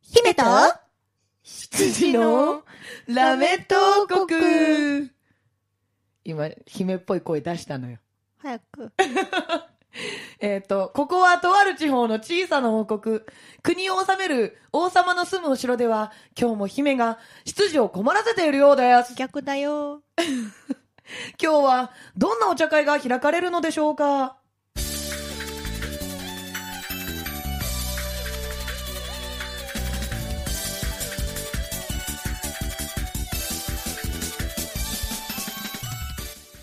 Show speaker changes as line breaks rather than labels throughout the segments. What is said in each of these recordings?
姫と
羊のラメット王国今、姫っぽい声出したのよ。
早く。
えっ、と、ここはとある地方の小さな王国。国を治める王様の住むお城では、今日も姫が執事を困らせているようです。
逆だよ。
今日はどんなお茶会が開かれるのでしょうか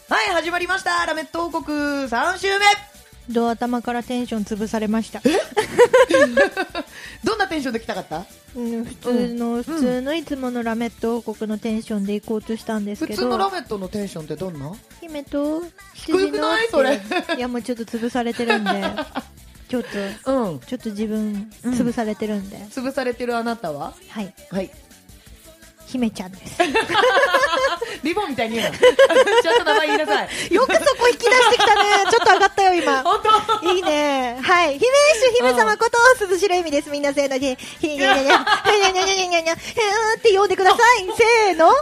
はい、始まりました。ラメット王国3週目。
ドア頭からテンション潰されました。
どんなテンションで来たかった
うん普通の、普通のいつものラメット王国のテンションで行こうとしたんです
普
け
通のラ
ど、
メットのテンションってどんな
姫と
低くないそれ
羊のいやもうちょっと潰されてるんで、ちょっと、
うん。
ちょっと自分潰されてるんで、
潰されてるあなたは
はい、
はい。
姫ちゃんです。
リボンみたいに言うな。 ちゃんと名前言いなさい。
よくそこ引き出してきたね。ちょっと上がったよ、今。
本当
いいね。はい。姫主姫様こと、涼しい意味です。みんなせーのに、ひにゃにゃにゃ、にゃにゃにゃにゃにゃにゃ、へーって呼んでください。せーの。
へうーん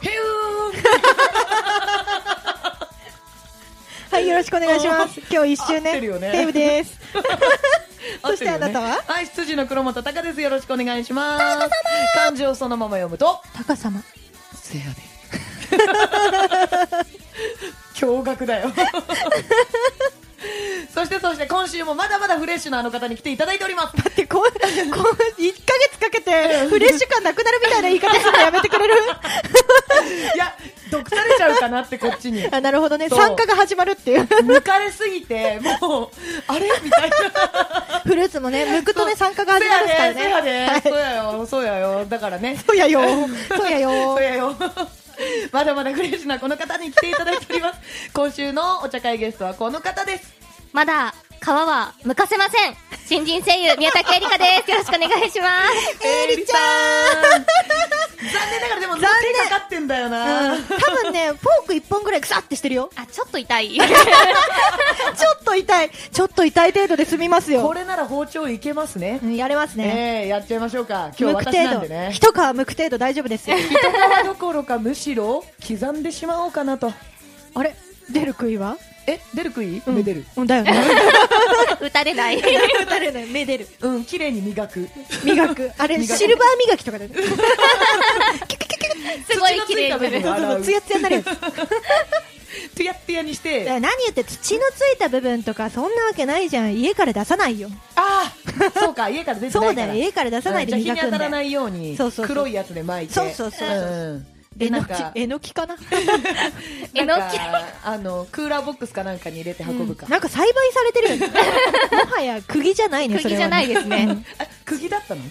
はい、よろしくお願い します。今日一周
合って
ね。
るよね
セーブです。
合
そ
っ
して
る
てあ
よ
な
ね
たは
はい、羊の黒本鷹です。よろしくお願いします。漢字をそのまま読むと、
タカ様。
せやで。 驚愕だよ。 そしてそして今週もまだまだフレッシュなあの方に来ていただいており ます。
だってこう、こう、1ヶ月かけて、フレッシュ感なくなるみたいな言い方するのやめてくれ る
いや、毒されちゃうかなってこっち に。
あ、なるほどね。
そう
参加が始まるっていう。
抜かれすぎて、もう、あれみ たいな。
フルーツもね、剥くとね、参加が始まるからね。
そうやね
はい。
そうやよ、そうやよ。だからね。
そうやよ。 そうやよ
そう。やよ。 まだまだフレッシュなこの方に来ていただいております。今週のお茶会ゲストはこの方です。
まだ皮はむかせません。新人声優、宮崎えりかです。よろしくお願いします。
エリちゃん残念ながらでも手かかってんだよな。
多分ね、フォーク一本ぐらいグサってしてるよ。
あ、ちょっと痛い。
ちょっと痛い。ちょっと痛い程度で済みます
こ
よ。
れなら包丁いけますね
う。ん、やれますね。
ええ、やっちゃいましょうか。今
剥
日
く
私なん
程
で
度。
ね。
一皮剥く程度大丈夫ですよ。
一皮どころかむしろ刻んでしまおうかなと。
あれ出る杭は
え、出る杭めでる。
うん、だよね。
打たれ ない。
打たれない。目出る。
うん、綺麗に磨 く。
磨く。あれ、
磨く
シルバー磨きとかだよね。
すごい綺麗
土がついた
に
部分
ね。
そうそうそう、ツヤツヤになるやつ。だか
トゥヤットゥヤにして、
ら何言って土のついた部分とか、そんなわけないじゃん。家から出さないよ。
ああ、そうか、家から出てな
そ
いうか
だ
ら。
よ。家から出さないで
うんじゃあ日に
磨く
当
ん
た
だ
らな。
よ
いように
そうそうそう
黒いやつで巻いて
そうそうそうそうんえ
でな
の
ん
き
か、
えのきかな
えのき
なんかあのクーラーボックスかなんかに入れて運ぶか、
なんか栽培されてるよねもはや釘じゃないね、それ
釘じ
は
ゃない
ね。
ですね。
あ釘だったの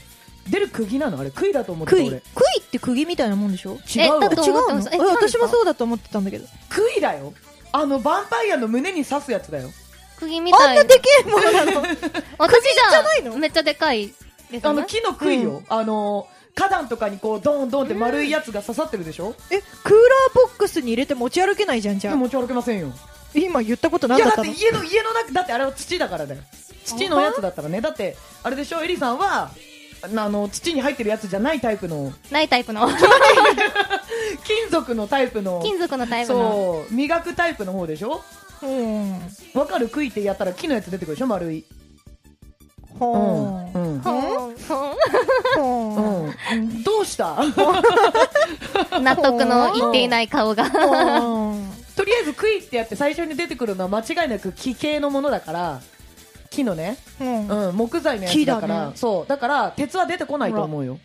出る釘なのあれ杭だと思ってた
杭。
俺違
杭って釘みたいなもんでしょ
え
うわ
だと
違う
思ってま
の
す
え
え違うんです
私
か
もそうだと思ってたんだけど。
杭だよあのヴァンパイアの胸に刺すやつだよ
釘み
あ
た
ん
い。
なでけえものなの
私じ
じゃ
ゃ
ないの
めっちゃでかいです
あの
ね。
木の杭よ、
う
あの花壇とかにこうドンドンって丸いやつが刺さってるでしょ、
え、クーラーボックスに入れて持ち歩けないじゃん、じ
で
ゃ
も持
あ。
ち歩けませんよ
今言ったこと
い
何
や
だっ
だ
た
って
の
家の家の中だってあれは土だからだよ土のやつだったらねだってあれでしょエリさんはあの土に入ってるやつじゃないタイプの
ないタイプの。
金属のタイプの
金属のタイプの。
そう磨くタイプの方でしょ
うん。
わかる杭ってやったら木のやつ出てくるでしょ丸い
ほー
うんうん
ほん
ほ
う
ー
んどうした
納得のいっていない顔が。
ほー
とりあえず杭ってやって最初に出てくるのは間違いなく木系のものだから木のね、
うん
うん、木材のやつだか
木だ
ら
ね
そうだから鉄は出てこないと思うよ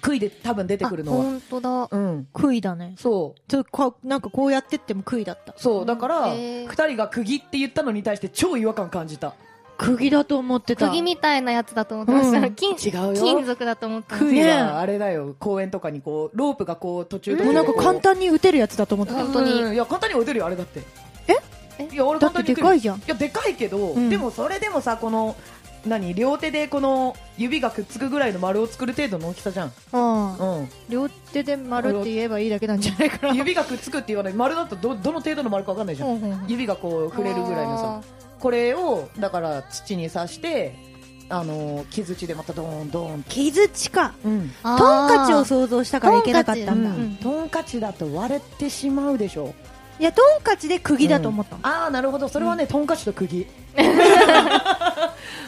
杭で多分出て
あ
くるのは
本当だ。
うん
杭だね。
そう
ちょこうなんかこうやってっても杭だった。
そうだから
へ
2
ー
人が釘って言ったのに対して超違和感感じた
釘だと思ってた。
釘みたいなやつだと思ってました。
うん
金
違うよ
金属だと思ってまし
杭
ね
はあれだよ公園とかにこうロープがこう途中と
もう
で
なん
こ
か
う
簡単に打てるやつだと思ってた。
本当に
うんいや簡単に打てるよあれだって
え
いや俺
だ
簡
って
単に打て
で
る
かいじゃん。
いやでかいけど、
うん
でもそれでもさこの何両手でこの指がくっつくぐらいの丸を作る程度の大きさじゃん、
うん。
う
両手で丸って言えばいいだけなんじゃないかな。
ん、指がくっつくって言わない丸だとどどの程度の丸かわかんないじゃん、
うんうんうん
指がこう触れるぐらいのさ
あー
これをだから土に刺してあの木槌でまたドーンドーンと、
木槌か
うん
トンカチを
う。
想像したからいけなかったんだ、
トンカチ
トンカチだと割れてしまうでしょ
いやトンカチで釘だと思ったの、
ああなるほどそれはね、トンカチと釘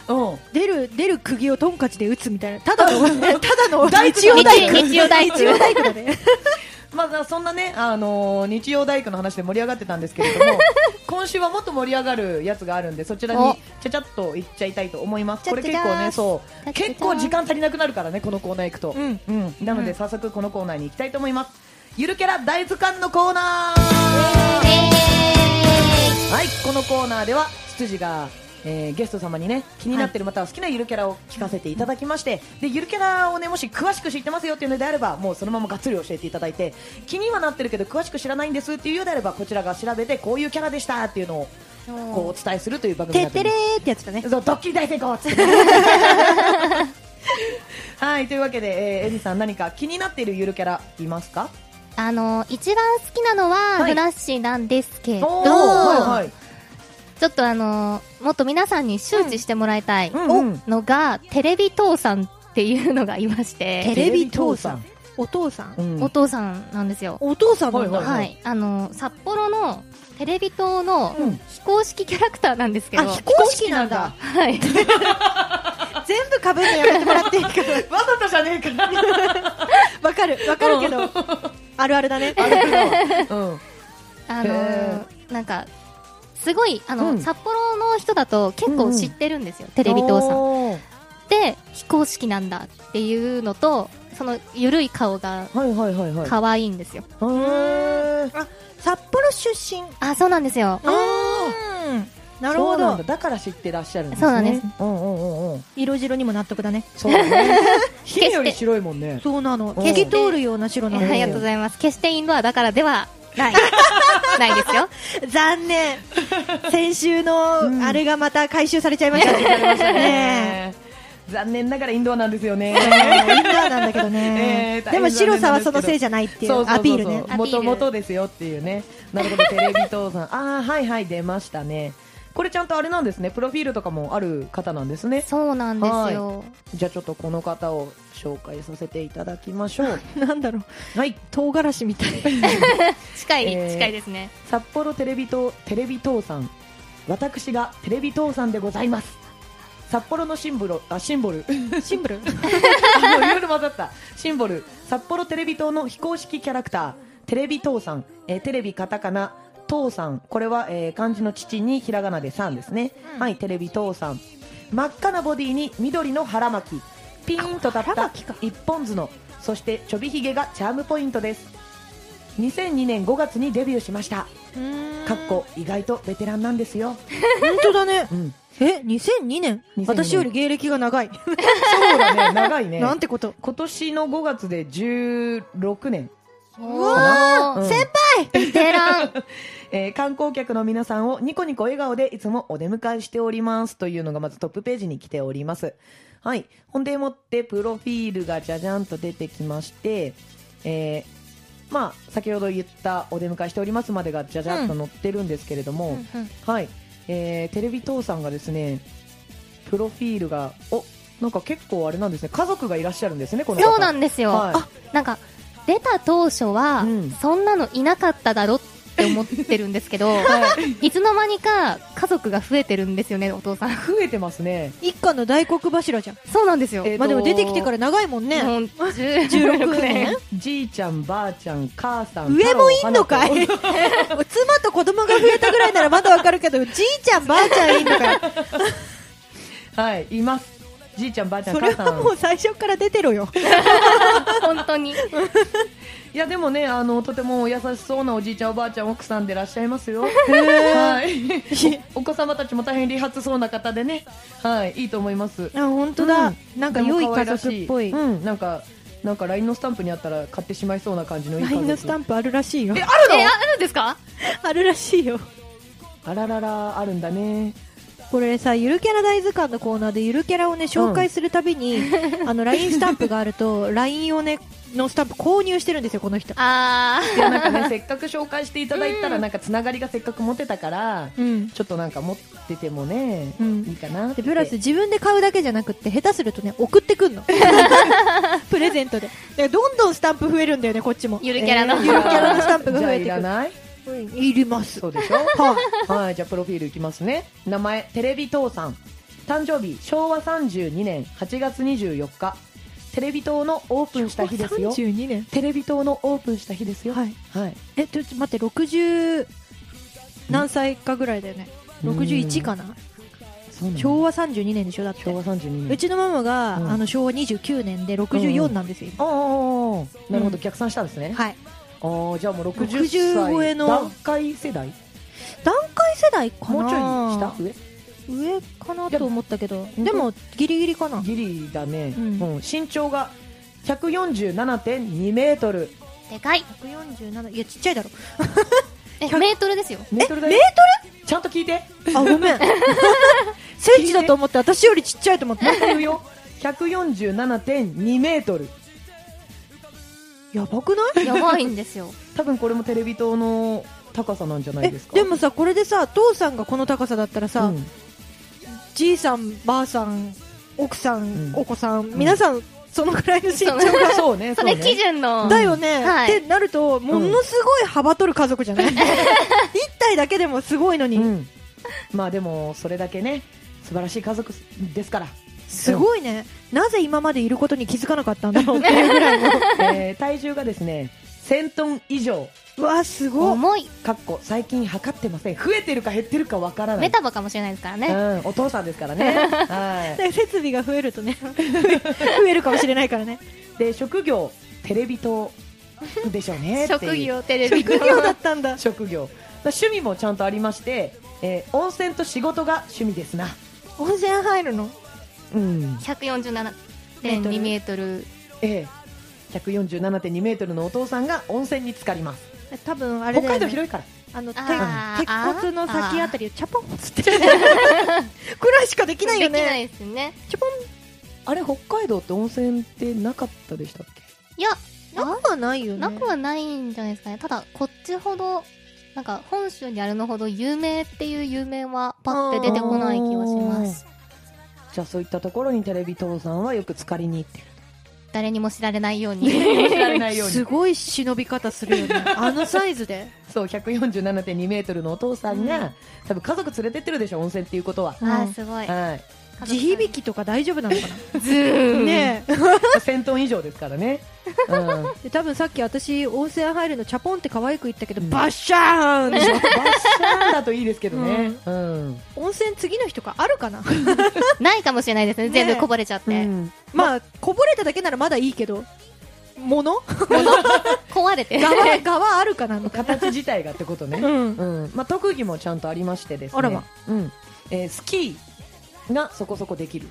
うん
出る出る釘をトンカチで打つみたいなただ のただの
大工
日曜大工
日曜大工
日曜大工だね
まあ、そんなね、あのー日曜大工の話で盛り上がってたんですけれど も今週はもっと盛り上がるやつがあるんでそちら
お
にちゃちゃっと行っちゃいたいと思いますこれ
ちゃ
結
っちゃー
構ねそう
ちゃっちゃー
結構時間足りなくなるからねこのコーナー行くと、
うん
なので早速このコーナーに行きたいと思います、ゆるキャラ大図鑑のコーナー、はいこのコーナーでは羊が、えーゲスト様にね気になってるまたは好きなゆるキャラを聞かせていただきまして、でゆるキャラをねもし詳しく知ってますよっていうのであればもうそのままがっつり教えていただいて気にはなってるけど詳しく知らないんですっていうようであればこちらが調べてこういうキャラでしたっていうのをこうお伝えするという番組に
て
なってお
ってれ
りま
ーってやつだね
すそうドッキリ大成功っつって はいというわけで、えー、エリさん何か気になっているゆるキャラいますか
あの、一番好きなのは、
はい
フラッシーなんですけど、
おーはいはい
ちょっとあの、もっと皆さんに周知してもらいたい
うんうんうん
のが、テレビ父さんっていうのがいまして、
テレビ父さんお父さん、
うん
お父さんなんですよ。
お父さんなんだ、
はい
はい。あの、札幌のテレビ塔の
うん
非公式キャラクターなんですけど、
あ非公式なんだ
はい。
全部かぶるのやめてもらっていいか
わざとじゃねえから
わかるわかるけどあるあるだね
うん
あの
へ
ーなんか、すごい、あの、
うん
札幌の人だと結構知ってるんですよ、テレビ塔さん。
おー
で、非公式なんだっていうのと、その、ゆるい顔が
はいはいはいはい。
可愛いんですよ。
へー
あ札幌出身
あ、そうなんですよ。
あ
うん
ー
なる
そ
ほ
うなん
ど
だ。だから知ってらっしゃるんですね。
そうなんです。
うんうんうんうん。
色白にも納得だね
そうだ ね。姫より白いもんね。
そうな
う
の
ん
透き通るような白
え
な
あ
の
りがとうございます。決してインドアだからではない。 ないですよ。
残 念先週
うん
のあれがまた回収されちゃいま したね
ねえ残念ながらインドアなんですよね。
ねインドアなんだけど
え
ね
ー大変だ
でも白さはそのせいじゃないっていうアピールね
アピール
もともとですよっていうね。なるほど、テレビ塔さん。ああ、はいはい、出ましたね。これちゃんとあれなんですね。プロフィールとかもある方なんですね。
そうなんですよ。
じゃあちょっとこの方を紹介させていただきましょ う。
なんだろう
はい。
唐辛子みたい
近い、
えー
近いですね。
札幌テレビ塔テレビ塔さん私がテレビ塔さんでございます札幌のシンボルあシンボル
シンプル
あもういろいろ混ざったシンボル札幌テレビ塔の非公式キャラクターテレビ塔さん、えーテレビカタカナ塔さんこれは、えー漢字の父にひらがなでさんですね、
うん
はいテレビ塔さん真っ赤なボディに緑の腹巻きピーンと立っ
腹
た
巻きか
一本角そしてちょびひげがチャームポイントです2002年5月にデビューしましたかっこ意外とベテランなんですよ。
本当だね
うん、
え2002年
2002年
私より芸歴が長い
そうだね、長いね。
なんてこと
今年の5月で16年、
うわ
うん
先
ベテラン。
えー観光客の皆さんをニコニコ笑顔でいつもお出迎えしておりますというのがまずトップページに来ております。はい。ほんでもってプロフィールがじゃじゃんと出てきまして、えーまあ、先ほど言ったお出迎えしておりますまでがじゃじゃっと載ってるんですけれども、はい、えー、テレビ塔さんがですねプロフィールがおなんか結構あれなんですね家族がいらっしゃるんですねこの方
そうなんですよ。
は
なんか、出た当初は、
うん
そんなのいなかっただろって思ってるんですけど、いつの間にか家族が増えてるんですよね、お父さ ん。
い、増えてますね
一家の大黒柱じゃん
そうなんですよ。
えーと
まあでも出てきてから長いもんね
もう
16 年
16年。
じいちゃんばあちゃん母さん
上もいんのか
太郎
い 妻と子供が増えたぐらいならまだわかるけどじいちゃんばあちゃんいんのか い
花子はいいますじいちゃんばあちゃん
それ
母さ
はもうん最初から出てろよ
本当に。
いやでもねあのとてもお優しそうなおじいちゃんおばあちゃん奥さんでいらっしゃいますよはいお子様たちも大変理髪そうな方でねはいいいと思います
あ 本当だ、
うん
なんか良い家族っぽい
でも可愛らしうん、なんかなんか LINE のスタンプにあったら買ってしまいそうな感じのいい家
LINE のスタ
族
ンプあるらしいよ
え
え、ああるんですか
あるらしいよ
あらららあるんだね
これさゆるキャラ大図 鑑のコーナーでゆるキャラをね紹介するたびに、あの LINE スタンプがあると LINE をねのスタンプ購入してるんですよ、この人。
あ
いやなんかね せっかく紹介していただいたら
うん
なんかつながりがせっかく持てたから、
うん。
ちょっとなんか持っててもね、
うん
いいかなって
で、プラス自分で買うだけじゃなくって、下手するとね、送って くんの。プレゼントで。で、どんどんスタンプ増えるんだよね、こっちも。
ゆるキャラの
ゆるキャラのスタンプが
じゃ
増
あ
え
い
て
ら
くる。
ない
うんいります。
そうでしょ はいじゃあプロフィールいきますね名前テレビ塔さん誕生日昭和32年8月24日テレビ塔のオープンした日ですよ
32年。
テレビ塔のオープンした日ですよ
はい。
はい
え、ちょっと待って、60何歳かぐらいだよね。61かな。
そうなの
昭和32年でしょ、だって
昭。和32
う
年
ちのママが、
うん
あの昭和29年で64なんですよ、
ああなるほど、
うん
逆算したんですね、
今はい
ああじゃあもう60歳
60超えの
段階世代
段階世代かな
もうちょい下上
上かなと思ったけど
や
でもギリギリかな
ギリだね、
う
うんん身長が147.2メートル
ーでかい
147いやちっちゃいだろ
えメートルですよ
メートルだよ
メ
ちゃんと聞いて
あご めん聖地だと思って私よりちっちゃいと思っ て
もう一回言うよ147.2メートル
やばくない
やばいんですよ
多分これもテレビ塔の高さなんじゃない
え
ですか
でもさこれでさ父さんがこの高さだったらさ、
うん
じいさんばあさん奥さん、
ん
お子さん
ん
皆さんそのくらいの身長
そ
そうね
そうれ
ね
基準の
だよね、
はい
ってなるとものすごい幅取る家族じゃ ない、一体だけでもすごいのに、
うんまあでもそれだけね素晴らしい家族ですから
すごいねなぜ今までいることに気づかなかったんだ ろうっていうぐらいの
えー体重がですね1000トン以上
うわすごい
重い
かっこ最近測ってません増えてるか減ってるかわからな
メ
い
タボかもしれないですからね
うん、お父さんですからねは
で設備が増えるとね 増えるかもしれないからね
いで職業テレビ塔でしょう ねっていう
職業テレビ
職業だったんだ
職業趣味もちゃんとありまして、えー温泉と仕事が趣味ですな
温泉入るの
うん
147.2メートル
ええ147.2メートルのお父さんが温泉に浸かります、
多分あれ
北
だ
海
よ、
道
ね、
広いから
あのて
あー
鉄骨の先あたりをチャポンっつってくらいしかできないよ
できな
ね
いですね
チャポン
あれ北海道って温泉ってなかったでしたっけ
いや
なくはないよね
なくはないんじゃないですかねただこっちほどなんか本州にあるのほど有名っていう有名はパッて出てこない気はします
じゃあそういったところにテレビ塔さんはよく浸かりに行ってる
誰にも知られないように
知られないよう
す
に
ごい忍び方するよねあのサイズで
そう147.2メートルのお父さんが、多分家族連れてってるでしょ温泉っていうことは、
あーすごい
はい
地響きとか大丈夫なのか
きズー
な
ン
ねえ
1000トン以上ですからね、うん、
で多分さっき私温泉入るのチャポンって可愛く言ったけど、
うん
バッシャーンでしょ
バッシャーだといいですけどね。うん。
温泉次の日とかあるかな
ないかもしれないですね
ね
全部こぼれちゃって
まあこぼれただけならまだいいけどもの
壊れ て
側側あるかなみたい
形自体がってことね。
な、う、
うんん。まあ、特技もちゃんとありましてですね。
あらま
うん。えースキーがそこそこできる。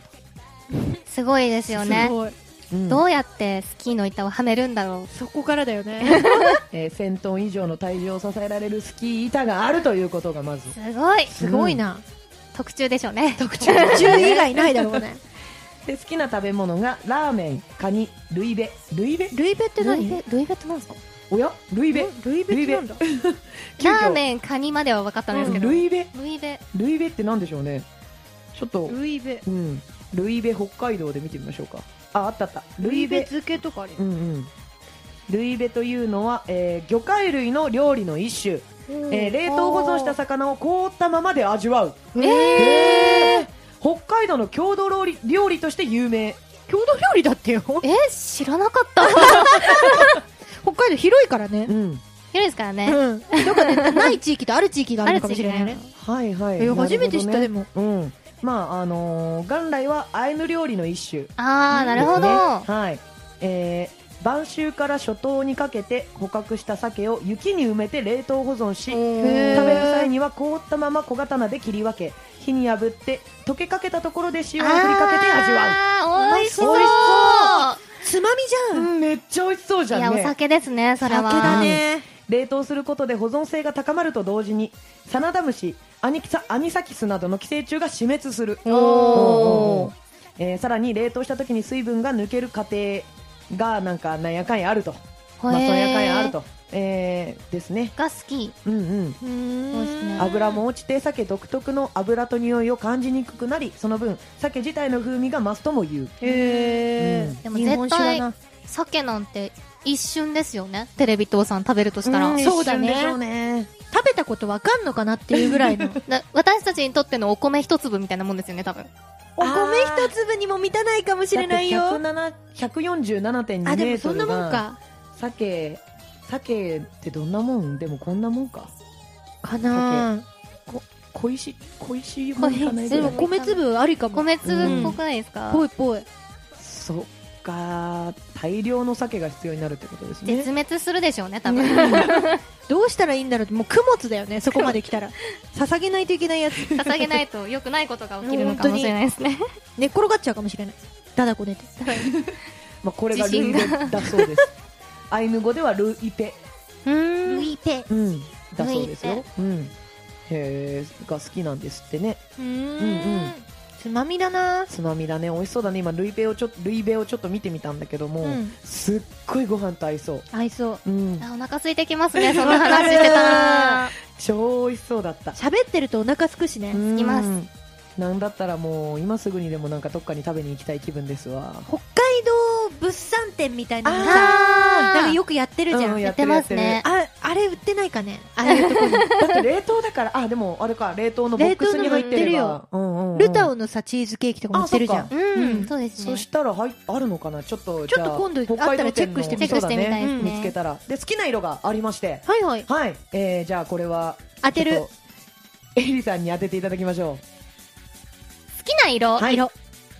すごいですよ
す
ね
ごい
うん
どうやってスキーの板をはめるんだろ
そこからだよね
えー1000トン以上の体重を支えられるスキー板があるということがまず
う。すごい
すごいな、
特注でしょうね
特徴
10以外ないだろう ね
で好きな食べ物がラーメン、カニ、ルイベ。ルイベ
ルイベって
ル
何
イベルイベってなんですか
おやルイベ。
ルイベってなんだ
急遽
ラーメンカニまでは分かったんですけど
ルイベ。
ルイベ
ルイベってなんでしょうね。ちょっと、
ルイベ
うん。ルイベ北海道で見てみましょうか。あ、あったあった。
ル
ル
イ
イ
ベ
ベ。
漬けとかあるよ
うんうん。ルイベというのは、えー魚介類の料理の一種、えー冷凍保存した魚を凍ったままで味わう、え北海道の郷土料理料理として有名
郷土料理だってよ
え知らなかった
北海道広いからね
うん
広いですからね
うんどこかねない地域とある地域があ
あ
る
る
のかもしれないよね
はいはい、
え初めて知ったで
もう
も
んまああのー元来はアイヌ料理の一種ですね、
ああなるほど、
はいえー晩秋から初冬にかけて捕獲した鮭を雪に埋めて冷凍保存し
へー
食べる際には凍ったまま小刀で切り分け火に炙って溶けかけたところで塩を振りかけて味わ
わ美味しそう
美味し
つまみ
う、
じゃん
うんめっちゃ美味しそうじ
い
ゃ
や
ん
お
ね
酒ですねそれは
酒だね
冷凍することで保存性が高まると同時にサナダムシアニキサアニサキスなどの寄生虫が死滅する
おー
うんうんうんえーさらに冷凍した時に水分が抜ける過程がなんかなんやかんやあると、
へー
まあ、そんやかんやあると、えーですね。
が好き
うんうん
うーん
そうですね
油も落ちて鮭独特の油と匂いを感じにくくなりその分鮭自体の風味が増すとも言う
へ
うん
ー
でも
日本酒だな
鮭なんて一瞬ですよねテレビ塔さん食べるとしたら、
うん
そうだねうね
食べたことわかんのかなっていうぐらいの
だ私たちにとってのお米一粒みたいなもんですよね多分
お米一粒にも満たないかもしれない
だ
よ
って147.2メ
あでも
ート
そんな
ル
もん
が
か
鮭鮭ってどんなもんでもこんなもんか
かな
小石小石もいかないぐ
で
ら
も
い
小石
米粒ありかも
米粒っぽくないですか、
ぽいぽい
そっか大量の鮭が必要になるってことですね
絶滅するでしょうね多分、
どうしたらいいんだろうってもう供物だよねそこまで来たら捧げないといけないやつ
捧げないと良くないことが起きるのかもしれないですね
寝っ転がっちゃうかもしれないだだこねて
まあ、これが
自
ルイベ
信が
だそうですアイヌ語ではルイペ、
うーん
いペ
うん、だそうです
ルイ
よ、うん、へえが好きなんですってね
うん
うん
つまみだな
つまみだね美味しそうだね今ルイペをちょルイベをちょっと見てみたんだけども、
うん
すっごいご飯と合いそう
合いそう
うん、
あお腹空いてきますねそんな話してたら
超美味しそうだった
喋ってるとお腹すくしね
つ
きます
なんだったらもう今すぐにでもなんかどっかに食べに行きたい気分ですわ
北海道物産展みたいなのさ
あー
なんかよくやってるじゃ
うん
ん
や
や
っ
ってて
るや
ま
って
す
る
ね
ああれ売ってないかねああいうとこに
だって冷凍だからあでもあれか冷凍のボックスに入ってればうんうんうん
ルタオのさチーズケーキとか売ってるじゃ
あ
ん
そ
うん、
うん
そうです
そ
ね
したらはいあるのかなちょっと
ちょっと今度
じゃあ
あったらチェックしてみ
チェ
る
ックしてみた
北海
い
道店のそうだね
ですね
見つけたらで好きな色がありまして
はいはい
はい、えー、じゃあこれは
当
ち
てる
ょっとエリさんに当てていただきましょ
好きな色、
うはい
色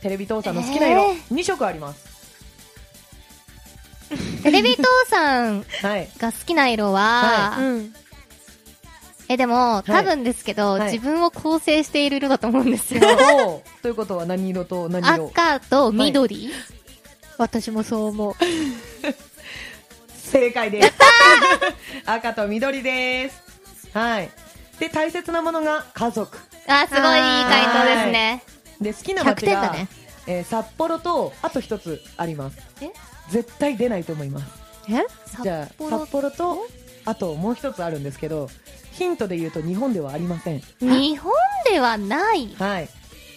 テレビ父さんの好きな色、
え
二色あります
テレビ塔さん
はい
が好きな色は、
うん
えでも
い
多分ですけど、
はい
自分を構成している色だと思うんですよ、
おーということは何色と何色
赤と緑、
私もそう思う
正解です。赤と緑です。はい。で、大切なものが家族。
あすごいいい回答ですね
で、好きな街
100点
が、
だね
えー札幌と、あと一つあります。
え
絶対出ないと思います。
え
じゃあ、札幌と、あともう一つあるんですけど、ヒントで言うと日本ではありません。
日本ではない
はい。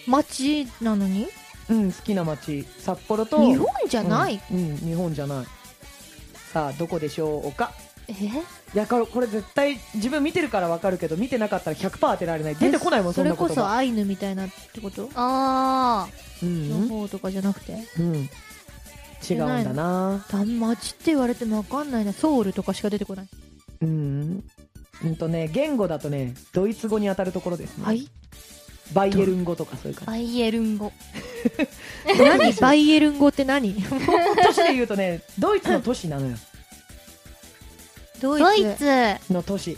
街なのに
うん、好きな街、札幌と、
日本じゃない、
うん、うん日本じゃない。さあ、どこでしょうか。
え
いや、これこれ絶対、自分見てるからわかるけど、見てなかったら100%当てられない。出てこないもん、そ
そ
んな
れ
こ
ことそアイヌみたいなってこと
あ
うん
の方とかじゃなくて
うん、違うんだな
だ街って言われてもわかんないなソウルとかしか出てこない
うんうんとね言語だとねドイツ語に当たるところですね、
はい
バイエルン語とかそういう
ー
感
バイエルン語
何バイエルン語って何
じ都市で言うとねドイツの都市なのよ
ド
ドイツ
の都市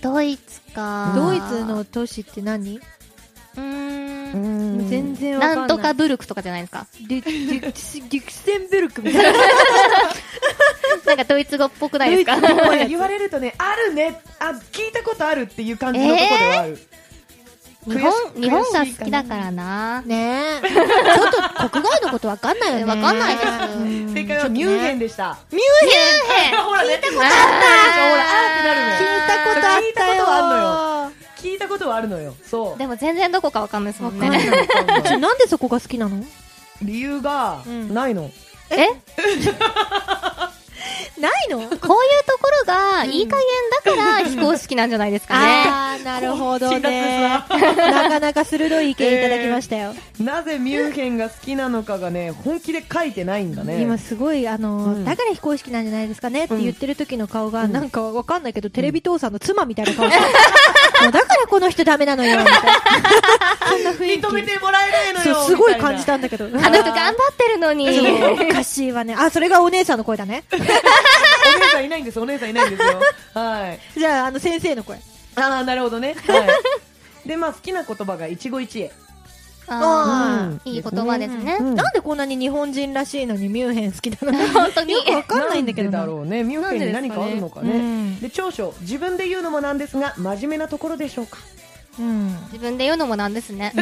ドイツか
ドイツの都市って何
うーん
ん
全然わかん
な
ない
んとかブルクとかじゃないですか
リュリュクスリュクセンブルクみたいな
なんかドイツ語っぽくないですか
ドイツ語ね言われるとねあるねあ聞いたことあるっていう感じのところではある、
日本
悔し
日本が
悔しい
好きだからな
ねえちょっと国外のことわかんないよね
わかんないです
うん
正解はミュンヘンでした、
ミュンヘン
ほらね聞いたことあっほらあーってなるのよ
聞いたことあったよ
聞いたことは聞いたことはあるのよそう
でも全然どこかわかんないですもん ね
わかんないなんでそこが好きなの
理由が
うん
ないの、
え
ないの
こういうところがいい加減だから非公式なんじゃないですかね。
ああなるほどね
辛
なかなか鋭い意見いただきましたよ、
なぜミュンヘンが好きなのかがね本気で書いてないんだね
今すごいあのー、
うん
だから非公式なんじゃないですかねって言ってる時の顔が、
うん
なんかわかんないけど、テレビ父さんの妻みたいな顔 してる、もうだからこの人ダメなのよみたいなそんな雰囲気
認めてもらえない のよ
そうすごい感じたんだけど
あの人頑張ってるのに。
そうおかしいわねあそれがお姉さんの声だね
お姉さんいないんですお姉さんいないんですよはい
じゃああの先生の声
ああなるほどね、はい、でまあ好きな言葉が一期一
あ
うん
ーいい言葉ですね
う。ん
なんでこんなに日本人らしいのにミュンヘン好きなの
本当に
よ。くわかんないんだけど
んでだろうねミュンヘンに何かあるのかね
なんでで
で
すかねうん
長所自分で言うのもなんですが真面目なところでしょうか
うん。
自分で言うのもなんですね。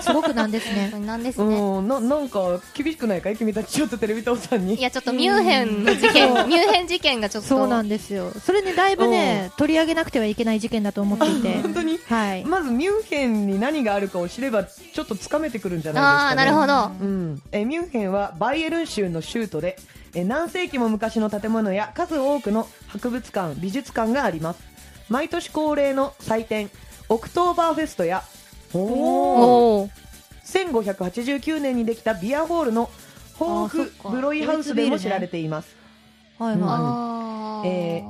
すごくなんです
本
ね
当。になんですね。
うん、ななんか厳しくないかい君たちちょっとテレビ塔さんに
いや、ちょっとミュンヘンの事件、ミュンヘン事件がちょっと。
そうなんですよ。それね、だいぶね、取り上げなくてはいけない事件だと思っていて。
本当に
はい。
まずミュンヘンに何があるかを知ればちょっとつかめてくるんじゃ
あ
な
あ、
いで
な
す
る
か、ね、
ほ
う
ど。
んえーミュンヘンはバイエルン州の州都でえー何世紀も昔の建物や数多くの博物館美術館があります毎年恒例の祭典オクトーバーフェストや
おお。
1589年にできたビアホールの豊
あ
富
そっか
ブロイハウスでも知られています
はい
うん
は
ああ。
え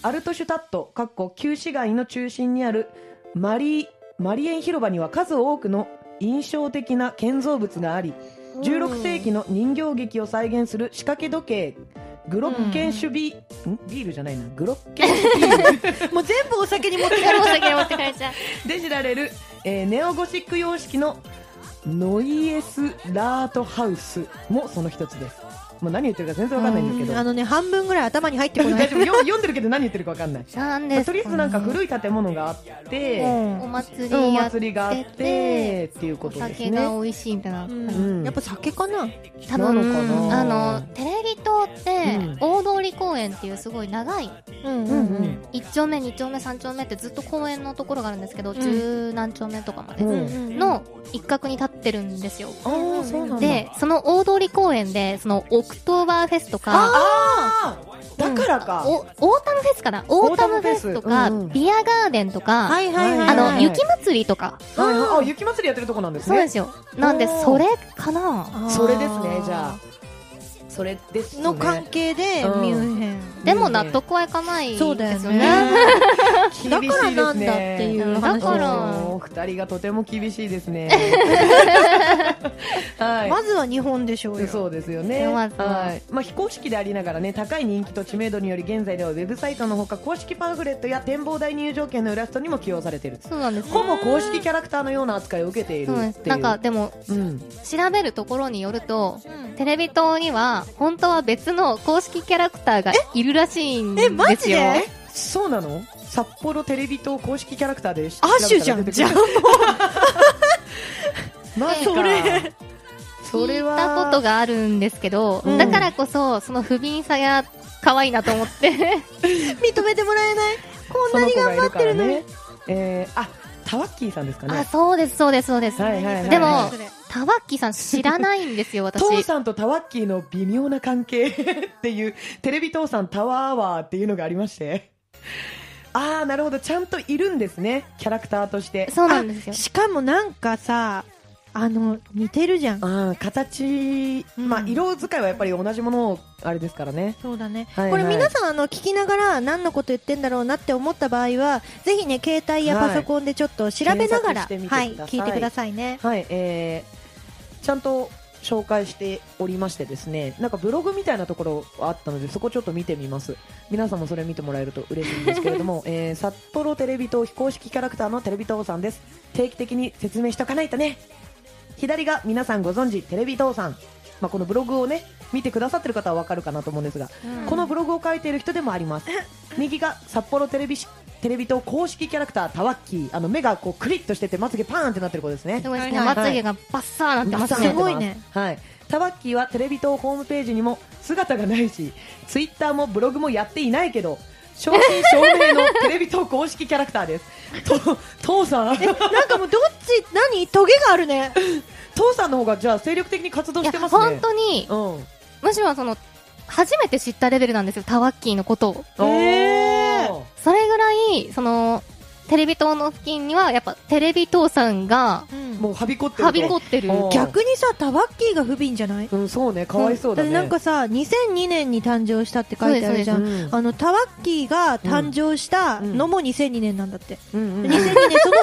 アルトシュタット、かっこ旧市街の中心にあるマリーマリエン広場には数多くの印象的な建造物があり、16世紀の人形劇を再現する仕掛け時計、グロッケンシュビ、んビールじゃないな、グロッケンシュビール
い。もう全部お酒に持って
お酒持ってかれちゃう。
で知られる、えーネオゴシック様式のノイエス・ラートハウスもその一つです。もう何言ってるか全然わかんないんだけど。
あのね、半分ぐらい頭に入ってこ な
大
い。
丈夫よ読んでるけど何言ってるかわかんない。
なん
ま
で
あ
すか
と
ね
りあえずなんか古い建物があって、
お祭り
お
やって
祭りがあってっていうこ
お
とです
酒
ね。
が美味しいみたいな
う
感じ
んやっぱ酒かな。
多分
なのかな
あのテレビ塔って、
うん
大通公園っていうすごい長い
うん
うんうん
1丁目2丁目3丁目ってずっと公園のところがあるんですけど、
ん
十何丁目とかまで、
うん
の一角に立ってるんですよ
ああ、そうなんだ。
でその大通公園でそのオクトーバーフェスとか
ああ、だからか。
おオータムフェスかなオータムフェスとか
オータムフェスうんうん
ビアガーデンとか、
はいはいはい。
あ
はい
の
はい
雪祭りとか、
はいはいあ、雪祭りやってるとこなんです
そうで
ね。
すよなんで
おー
それかな
あー
それですね、じゃあ。それですね。
の関係で、
うん
ミュンヘン。
でも納得はいかないです
そ
よ
うだ
ね
よね。
厳しいですね
だからなんだっていう話
だから
お二人がとても厳しいですね。はい。
まずは日本でしょうよ。
そうですよね、
まずは
はいまあ、非公式でありながらね高い人気と知名度により現在ではウェブサイトのほか公式パンフレットや展望台入場券のイラストにも起用されている
そうなんですよ
ほぼ公式キャラクターのような扱いを受けている
そうなん
っ
で
てい
す
う
なんかでも
うん、
調べるところによるとテレビ塔には本当は別の公式キャラクターがいるらしいんです
え、
よ
マジで
そうなの札幌テレビと公式キャラクターでし
アッシュじゃん。じゃあもう。
マジか
それ
そ
聞
れ
い
は
たことがあるんですけど、
うん
だからこそその不憫さが可愛いなと思って
認めてもらえない。こん
そ
な
の
に
子が
頑
い
張
る
っ
か
て
ら
るのに
ね。えー、あタワッキーさんですか
あ
ね
そうですそうですそうです、
はいはいはい
でもタワッキーさん知らないんですよ私
父さんとタワッキーの微妙な関係 っていう、テレビ父さんタワーアワーっていうのがありまして。ああ、なるほど。ちゃんといるんですね。キャラクターとして。
そうなんですよ
しかもなんかさ、あの、似てるじゃん。
ああ、形、
うん
まあ、色使いはやっぱり同じものを、あれですからね。
そうだね、
はい
これ皆さんあの聞きながら何のこと言ってんだろうなって思った場合はぜひね携帯やパソコンでちょっと調べながら、
はい検索してみてくだ
は
さ
い
い
聞いてくださいね。
はい、えー、ちゃんと紹介しておりましてですね、なんかブログみたいなところあったので、そこちょっと見てみます。皆さんもそれ見てもらえると嬉しいんですけれど も、えー、札幌テレビ塔非公式キャラクターのテレビ塔さんです。定期的に説明しとかないとね。左が皆さんご存知、テレビ塔さん。まあ、このブログをね、見てくださってる方はわかるかなと思うんですが、このブログを書いている人でもあります。右が札幌テレビし、テレビ塔公式キャラクタータワッキー。あの、目がこうクリッとしてて、まつげパーンってなってる子ですね
す。ごいです
はい
ね
はい
まつげがバッサーなってます
バッサー
ね
すごいね。
はい。タバッキーはテレビとホームページにも姿がないし、ツイッターもブログもやっていないけど、正真正銘のテレビと公式キャラクターです。 と、父さん、
なんかもうどっち何トゲがあるね。
父さんの方がじゃあ精力的に活動
い
し
や
てますね。
本当に
当うん。
むしろその初めて知ったレベルなんですよタワッキーのことを
へー
おー
それぐらいそのテレビ塔の付近にはやっぱテレビ塔さんが
もうはびこってる。
はびこってる
おう
逆にさタバッキーが不憫じゃない？
うん、そうね、かわいそうだね。
ってなんかさ2002年に誕生したって書いてあるじゃ。
うんん、
あのタワッキーが誕生したのも2002年なんだって。
うんうん
2002年その1ヶ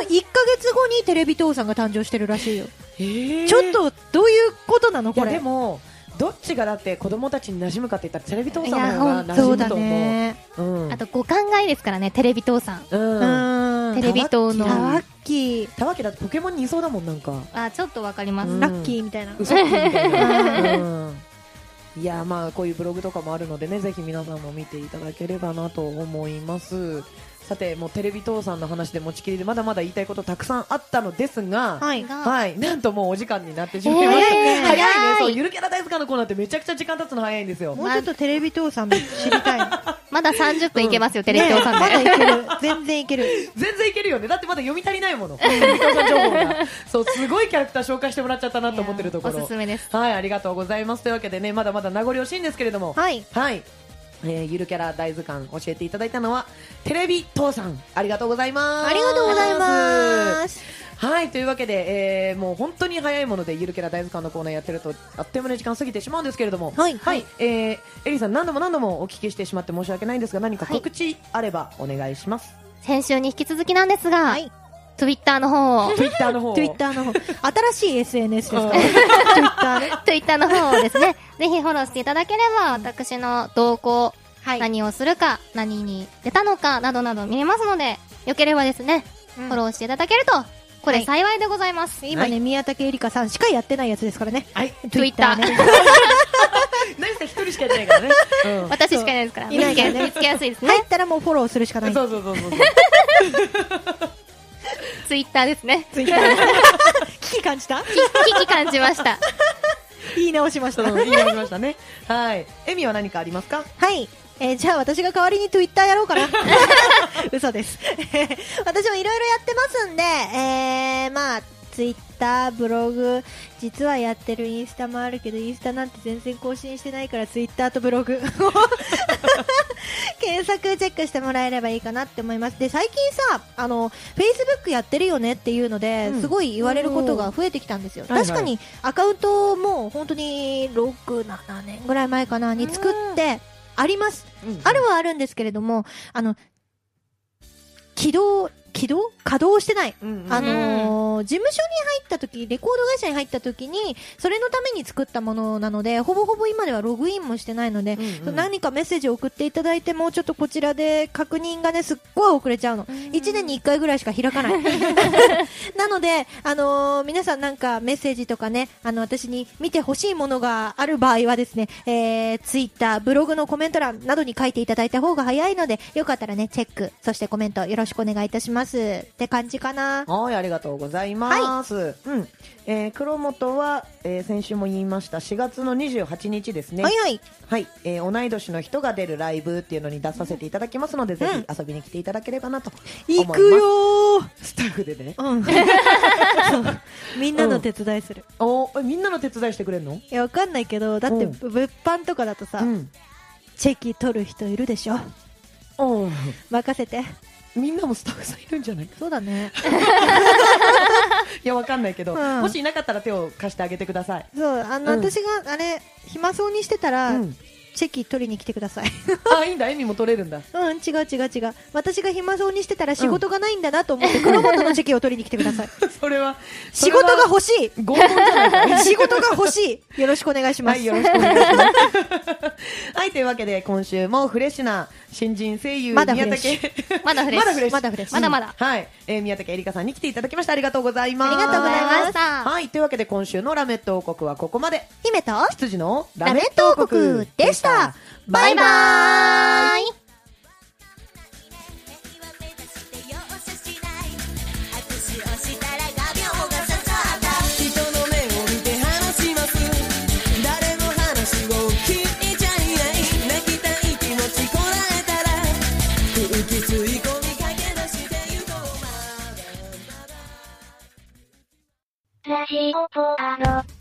月後にテレビ塔さんが誕生してるらしいよ。
へー
ちょっとどういうことなの
い
こ
や
れ。
でも、どっちがだって子供たちに馴染むかって言ったらテレビ父さんの方が馴
そ
染
う
む
だ
と思う。
ね。
うん。
あと五感がいいですからねテレビ塔さん
う
うん。
ん。
テレビ塔の
タワッキー、
たわけだってポケモンにいそうだもんなんか
あちょっとわかります、
うん
ラッキーみたいな。
嘘みたいな、うんいやまあこういうブログとかもあるのでねぜひ皆さんも見ていただければなと思いますさてもうテレビ倒産の話で持ちきりでまだまだ言いたいことたくさんあったのですが、
はい。
が
はい、なんともうお時間になってしまいま
おー
した。
早いね
早いね
早い
そう、ゆるキャラ大好きのコーナーってめちゃくちゃ時間経つの早いんですよ。
もうちょっとテレビ倒産知りたい。
まだ30分いけますよ、テレビ
ね
東
ま
さ
だ
んで。
いける。全然いける。
全然いけるよね。だってまだ読み足りないもの。ゆるキャラ情報がそう、すごいキャラクター紹介してもらっちゃったなと思ってるところ。
おすすめです。
はい、ありがとうございます。というわけでね、まだまだ名残惜しいんですけれども、
はい。
はい。えーゆるキャラ大図鑑教えていただいたのは、テレビ父さん、ありがとうございます。
ありがとうございます。
はい、というわけで、えーもう本当に早いもので、ゆるキャラ大図鑑のコーナーやってると、あっという間に時間過ぎてしまうんですけれども、
はい
はい、えー、エリさん何度も何度もお聞きしてしまって申し訳ないんですが、何か告知あればお願いします。
先週に引き続きなんですが、
はい。
Twitter の方 を、
Twitter の方を。
Twitter の方。新しい SNS ですか
うん
?Twitter ね。
Twitter の方をですね、ぜひフォローしていただければ、私の動向、
はい。
何をするか、何に出たのか、などなど見れますので、よければですね、フォローしていただけると、こ
は
れ
い
幸いでございます。
今ね、宮武絵里香さんしかやってないやつですからね。
はい。
Twitter
ね。
何せ一人しかやってない からね。うん
私しかいないですから、
いないからね
見つけやすいですね。
入ったらもうフォローするしかない。
そうそうそうそうそう。
Twitter ですね。
ツイッター。危機感じた
き 危機感じました。
言い直しました。
そう、言い合いましたね。 はい。エミは何かありますか
はい。えーじゃあ私が代わりに Twitter やろう かな。嘘です。 私もいろいろやってますんで、えー、まあ、Twitter、ブログ、実はやってるインスタもあるけど、インスタなんて全然更新してないから Twitter とブログ 検索チェックしてもらえればいいかなって思います。で、最近さ、あの、Facebook やってるよねっていうので、
うん
すごい言われることが増えてきたんですよ。
はいはい
確かにアカウントも本当に6、7年ぐらい前かなに作って、あります。あるはあるんですけれども、あの、起動、起動稼働してない。
うんうん
あのー事務所に入った時、レコード会社に入った時に、それのために作ったものなので、ほぼほぼ今ではログインもしてないので、
うんうん
何かメッセージを送っていただいても、ちょっとこちらで確認がね、すっごい遅れちゃうの。1年に1回ぐらいしか 開かない。なので、あのー皆さんなんかメッセージとかね、あの、私に見てほしいものがある場合はですね、えー、ツイッター、ブログのコメント欄などに書いていただいた方が早いので、よかったらね、チェック、そしてコメントよろしくお願いいたします。って感じかな。
はい、ありがとうございます。うん。えー、黒本は、えー、先週も言いました、4月の28日ですね。
はいはい。
はい、えー同い年の人が出るライブっていうのに出させていただきますので、ぜ
うん
ひ遊びに来ていただければなと思い
行
ます。
くよー
スタッフでね。
うん。そう みんなの手伝いする。
おえみんなの手伝いしてくれるの
いや、わかんないけど、だって、
うん
物販とかだとさ、
うん。
チェキ取る人いるでしょ。
おー
任せて。
みんなもスタッフさんいるんじゃないか
そうだね。
いや、わかんないけど、
うん
もしいなかったら手を貸してあげてください。
そう、あの、
うん
私が、あれ、暇そうにしてたら、
うん
チェキ取りに来てください。
あ、いいんだ、エミも取れるんだ。
うん、違う違う違う。私が暇そうにしてたら仕事がないんだなと思って、黒本のチェキを取りに来てくださ い。
それは、
仕事が欲しい
合コンじゃないか
仕事が欲しいよろしくお願いしま
は
す。
い、よろしくお願いします。はい、というわけで、今週もフレッシュな新人声優、
まだフ
宮
レッシュ
武。
まだフレッ シュ。
まだフレッシュ
まだフレッシュ
まだまだ
はい、えー宮武えりかさんに来ていただきました。ありがとうございます。
ありがとうございます
た。
はい、というわけで今週のラメット王国はここまで。
姫と、
羊の
ラメット王国でした。
バイバイ
バイバーイ
人の目を見て話します誰の話を聞いちゃいない泣きたい気持ちこらえたら空気吸い込み駆け出してゆこうまだまだ
ラジオポアド。